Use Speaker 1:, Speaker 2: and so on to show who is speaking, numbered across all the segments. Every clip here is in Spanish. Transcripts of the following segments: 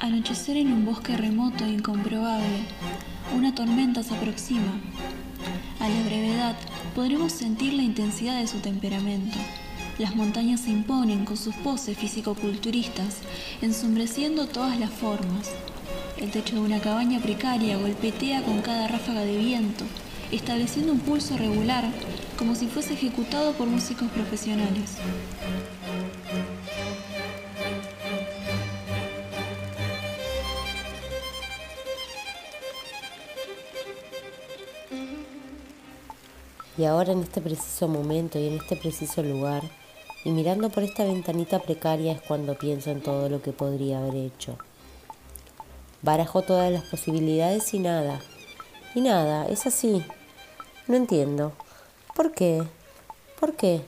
Speaker 1: Anochecer en un bosque remoto e incomprobable. Una tormenta se aproxima. A la brevedad podremos sentir la intensidad de su temperamento. Las montañas se imponen con sus poses fisicoculturistas, ensombreciendo todas las formas. El techo de una cabaña precaria golpetea con cada ráfaga de viento, estableciendo un pulso regular como si fuese ejecutado por músicos profesionales.
Speaker 2: Y ahora en este preciso momento y en este preciso lugar, y mirando por esta ventanita precaria es cuando pienso en todo lo que podría haber hecho. Barajo todas las posibilidades y nada. Y nada, es así. No entiendo. ¿Por qué? ¿Por qué?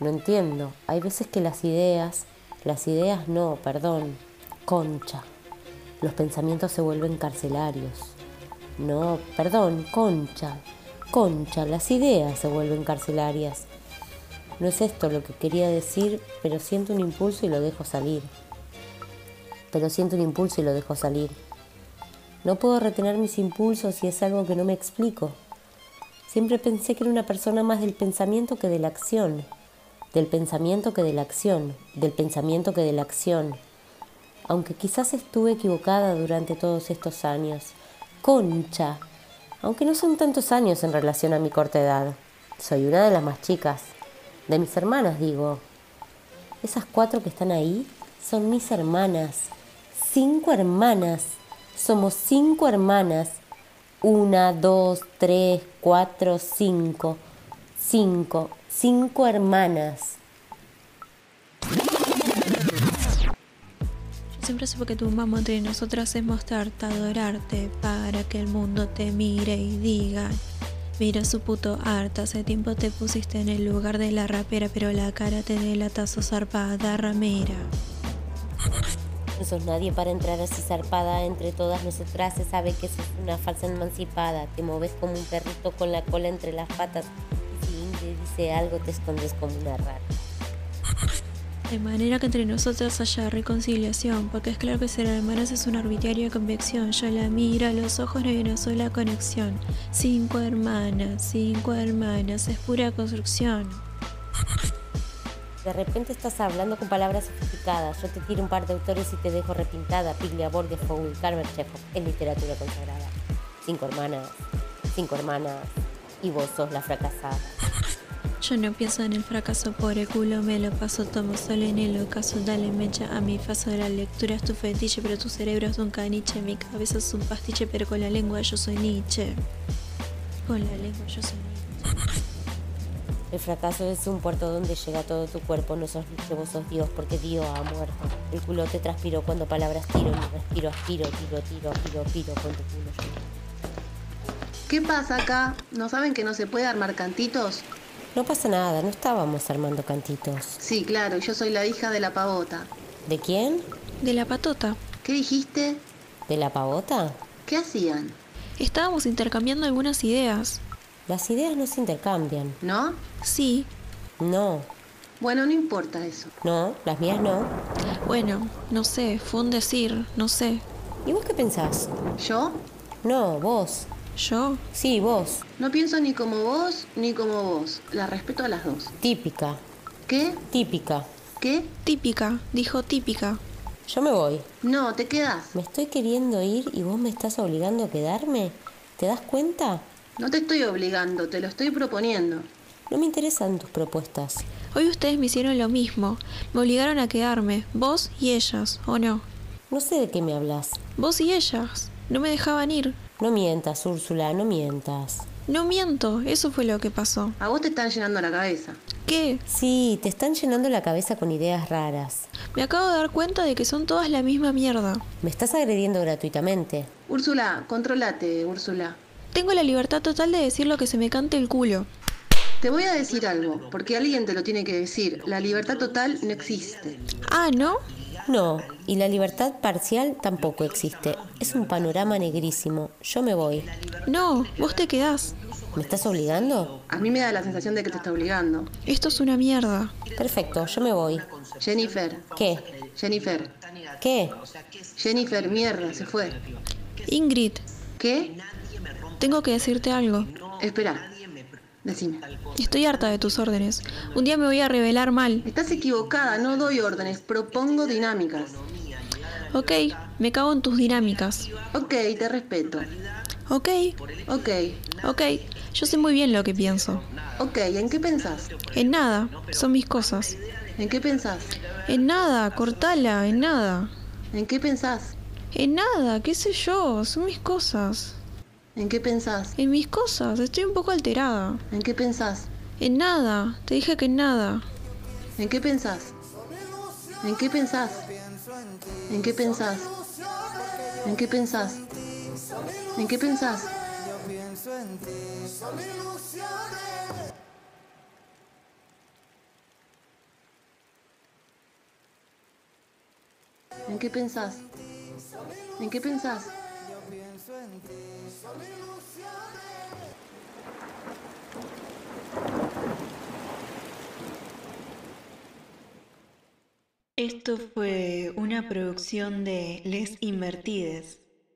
Speaker 2: No entiendo. Hay veces que las ideas, las ideas no, perdón, concha. Los pensamientos se vuelven carcelarios. No, perdón, concha, concha, las ideas se vuelven carcelarias. No es esto lo que quería decir, pero siento un impulso y lo dejo salir. Pero siento un impulso y lo dejo salir. No puedo retener mis impulsos y es algo que no me explico. Siempre pensé que era una persona más del pensamiento que de la acción. Del pensamiento que de la acción. Del pensamiento que de la acción. Aunque quizás estuve equivocada durante todos estos años. Concha, aunque no son tantos años en relación a mi corta edad. Soy una de las más chicas, de mis hermanas digo. Esas cuatro que están ahí son mis hermanas. Cinco hermanas. Somos cinco hermanas. Una, dos, tres, cuatro, cinco. Cinco. Cinco hermanas.
Speaker 1: Siempre supe que tu mamá entre nosotras es mostrarte, adorarte, para que el mundo te mire y diga. Mira su puto harta, hace tiempo te pusiste en el lugar de la rapera, pero la cara te delata, sos zarpada ramera.
Speaker 2: No sos nadie para entrar así zarpada entre todas nosotras. Se sabe que sos una falsa emancipada. Te moves como un perrito con la cola entre las patas. Y si Ingrid dice algo, te escondes como una rata.
Speaker 1: De manera que entre nosotras haya reconciliación, porque es claro que ser hermanas es una arbitraria convicción. Yo la miro a los ojos, no hay una sola conexión. Cinco hermanas, cinco hermanas, es pura construcción.
Speaker 2: De repente estás hablando con palabras sofisticadas. Yo te tiro un par de autores y te dejo repintada. Piglia Borges, Fowl, Carver, Chekhov. Es literatura consagrada. Cinco hermanas, cinco hermanas. Y vos sos la fracasada.
Speaker 1: Yo no pienso en el fracaso por el culo, me lo paso, tomo sol en el ocaso, dale mecha a mi fase de la lectura, es tu fetiche, pero tu cerebro es un caniche, mi cabeza es un pastiche, pero con la lengua yo soy Nietzsche. Con la lengua yo soy Nietzsche.
Speaker 2: El fracaso es un puerto donde llega todo tu cuerpo. No sos Nietzsche, vos sos Dios, porque Dios ha muerto. El culo te transpiro cuando palabras tiro, mi respiro, aspiro, tiro, tiro, tiro, tiro, con tu culo yo.
Speaker 3: ¿Qué pasa acá? ¿No saben que no se puede armar cantitos?
Speaker 2: No pasa nada, no estábamos armando cantitos.
Speaker 3: Sí, claro, yo soy la hija de la pavota.
Speaker 2: ¿De quién?
Speaker 1: De la patota.
Speaker 3: ¿Qué dijiste?
Speaker 2: ¿De la pavota?
Speaker 3: ¿Qué hacían?
Speaker 1: Estábamos intercambiando algunas ideas.
Speaker 2: Las ideas no se intercambian.
Speaker 3: ¿No?
Speaker 1: Sí,
Speaker 2: No,
Speaker 3: Bueno, no importa eso.
Speaker 2: no, las mías no.
Speaker 1: bueno, no sé, fue un decir, no sé.
Speaker 2: ¿Y vos qué pensás?
Speaker 3: Yo
Speaker 2: No, vos.
Speaker 1: Yo,
Speaker 2: Sí, vos.
Speaker 3: no pienso ni como vos ni como vos. Las respeto a las dos.
Speaker 2: Típica,
Speaker 3: ¿Qué?
Speaker 2: típica.
Speaker 3: ¿Qué?
Speaker 1: típica, dijo típica.
Speaker 2: Yo me voy.
Speaker 3: No, te quedas.
Speaker 2: ¿Me estoy queriendo ir y vos me estás obligando a quedarme? ¿Te das cuenta?
Speaker 3: No te estoy obligando, te lo estoy proponiendo.
Speaker 2: No me interesan tus propuestas.
Speaker 1: Hoy ustedes me hicieron lo mismo, me obligaron a quedarme, vos y ellas, ¿o no?
Speaker 2: No sé de qué me hablas.
Speaker 1: Vos y ellas, no me dejaban ir.
Speaker 2: No mientas, Úrsula, no mientas.
Speaker 1: No miento, eso fue lo que pasó.
Speaker 3: A vos te están llenando la cabeza.
Speaker 1: ¿Qué?
Speaker 2: Sí, te están llenando la cabeza con ideas raras.
Speaker 1: Me acabo de dar cuenta de que son todas la misma mierda.
Speaker 2: Me estás agrediendo gratuitamente.
Speaker 3: Úrsula, controlate, Úrsula.
Speaker 1: Tengo la libertad total de decir lo que se me cante el culo.
Speaker 3: Te voy a decir algo, porque alguien te lo tiene que decir. La libertad total no existe.
Speaker 1: Ah, ¿no?
Speaker 2: No, y la libertad parcial tampoco existe. Es un panorama negrísimo. Yo me voy.
Speaker 1: No, vos te quedás.
Speaker 2: ¿Me estás obligando?
Speaker 3: A mí me da la sensación de que te está obligando.
Speaker 1: Esto es una mierda.
Speaker 2: Perfecto, yo me voy.
Speaker 3: Jennifer,
Speaker 2: ¿Qué?
Speaker 3: Jennifer,
Speaker 2: ¿Qué?
Speaker 3: Jennifer, mierda, se fue.
Speaker 1: Ingrid,
Speaker 3: ¿Qué?
Speaker 1: tengo que decirte algo.
Speaker 3: Espera. Decime.
Speaker 1: Estoy harta de tus órdenes. Un día me voy a revelar mal.
Speaker 3: Estás equivocada, no doy órdenes, propongo dinámicas.
Speaker 1: Ok, me cago en tus dinámicas.
Speaker 3: Ok, te respeto.
Speaker 1: Ok,
Speaker 3: Ok,
Speaker 1: ok, yo sé muy bien lo que pienso.
Speaker 3: ok, ¿en qué pensás?
Speaker 1: En nada, son mis cosas.
Speaker 3: ¿En qué pensás?
Speaker 1: En nada, cortala, en nada.
Speaker 3: ¿En qué pensás?
Speaker 1: En nada, qué sé yo, son mis cosas.
Speaker 3: ¿En qué pensás?
Speaker 1: En mis cosas, estoy un poco alterada.
Speaker 3: ¿En qué pensás?
Speaker 1: En nada, te dije que en nada.
Speaker 3: ¿En qué pensás? ¿En qué pensás? ¿En qué pensás? ¿En qué pensás? ¿En qué pensás? ¿En qué pensás? ¿En qué pensás?
Speaker 4: Esto fue una producción de Les Invertides.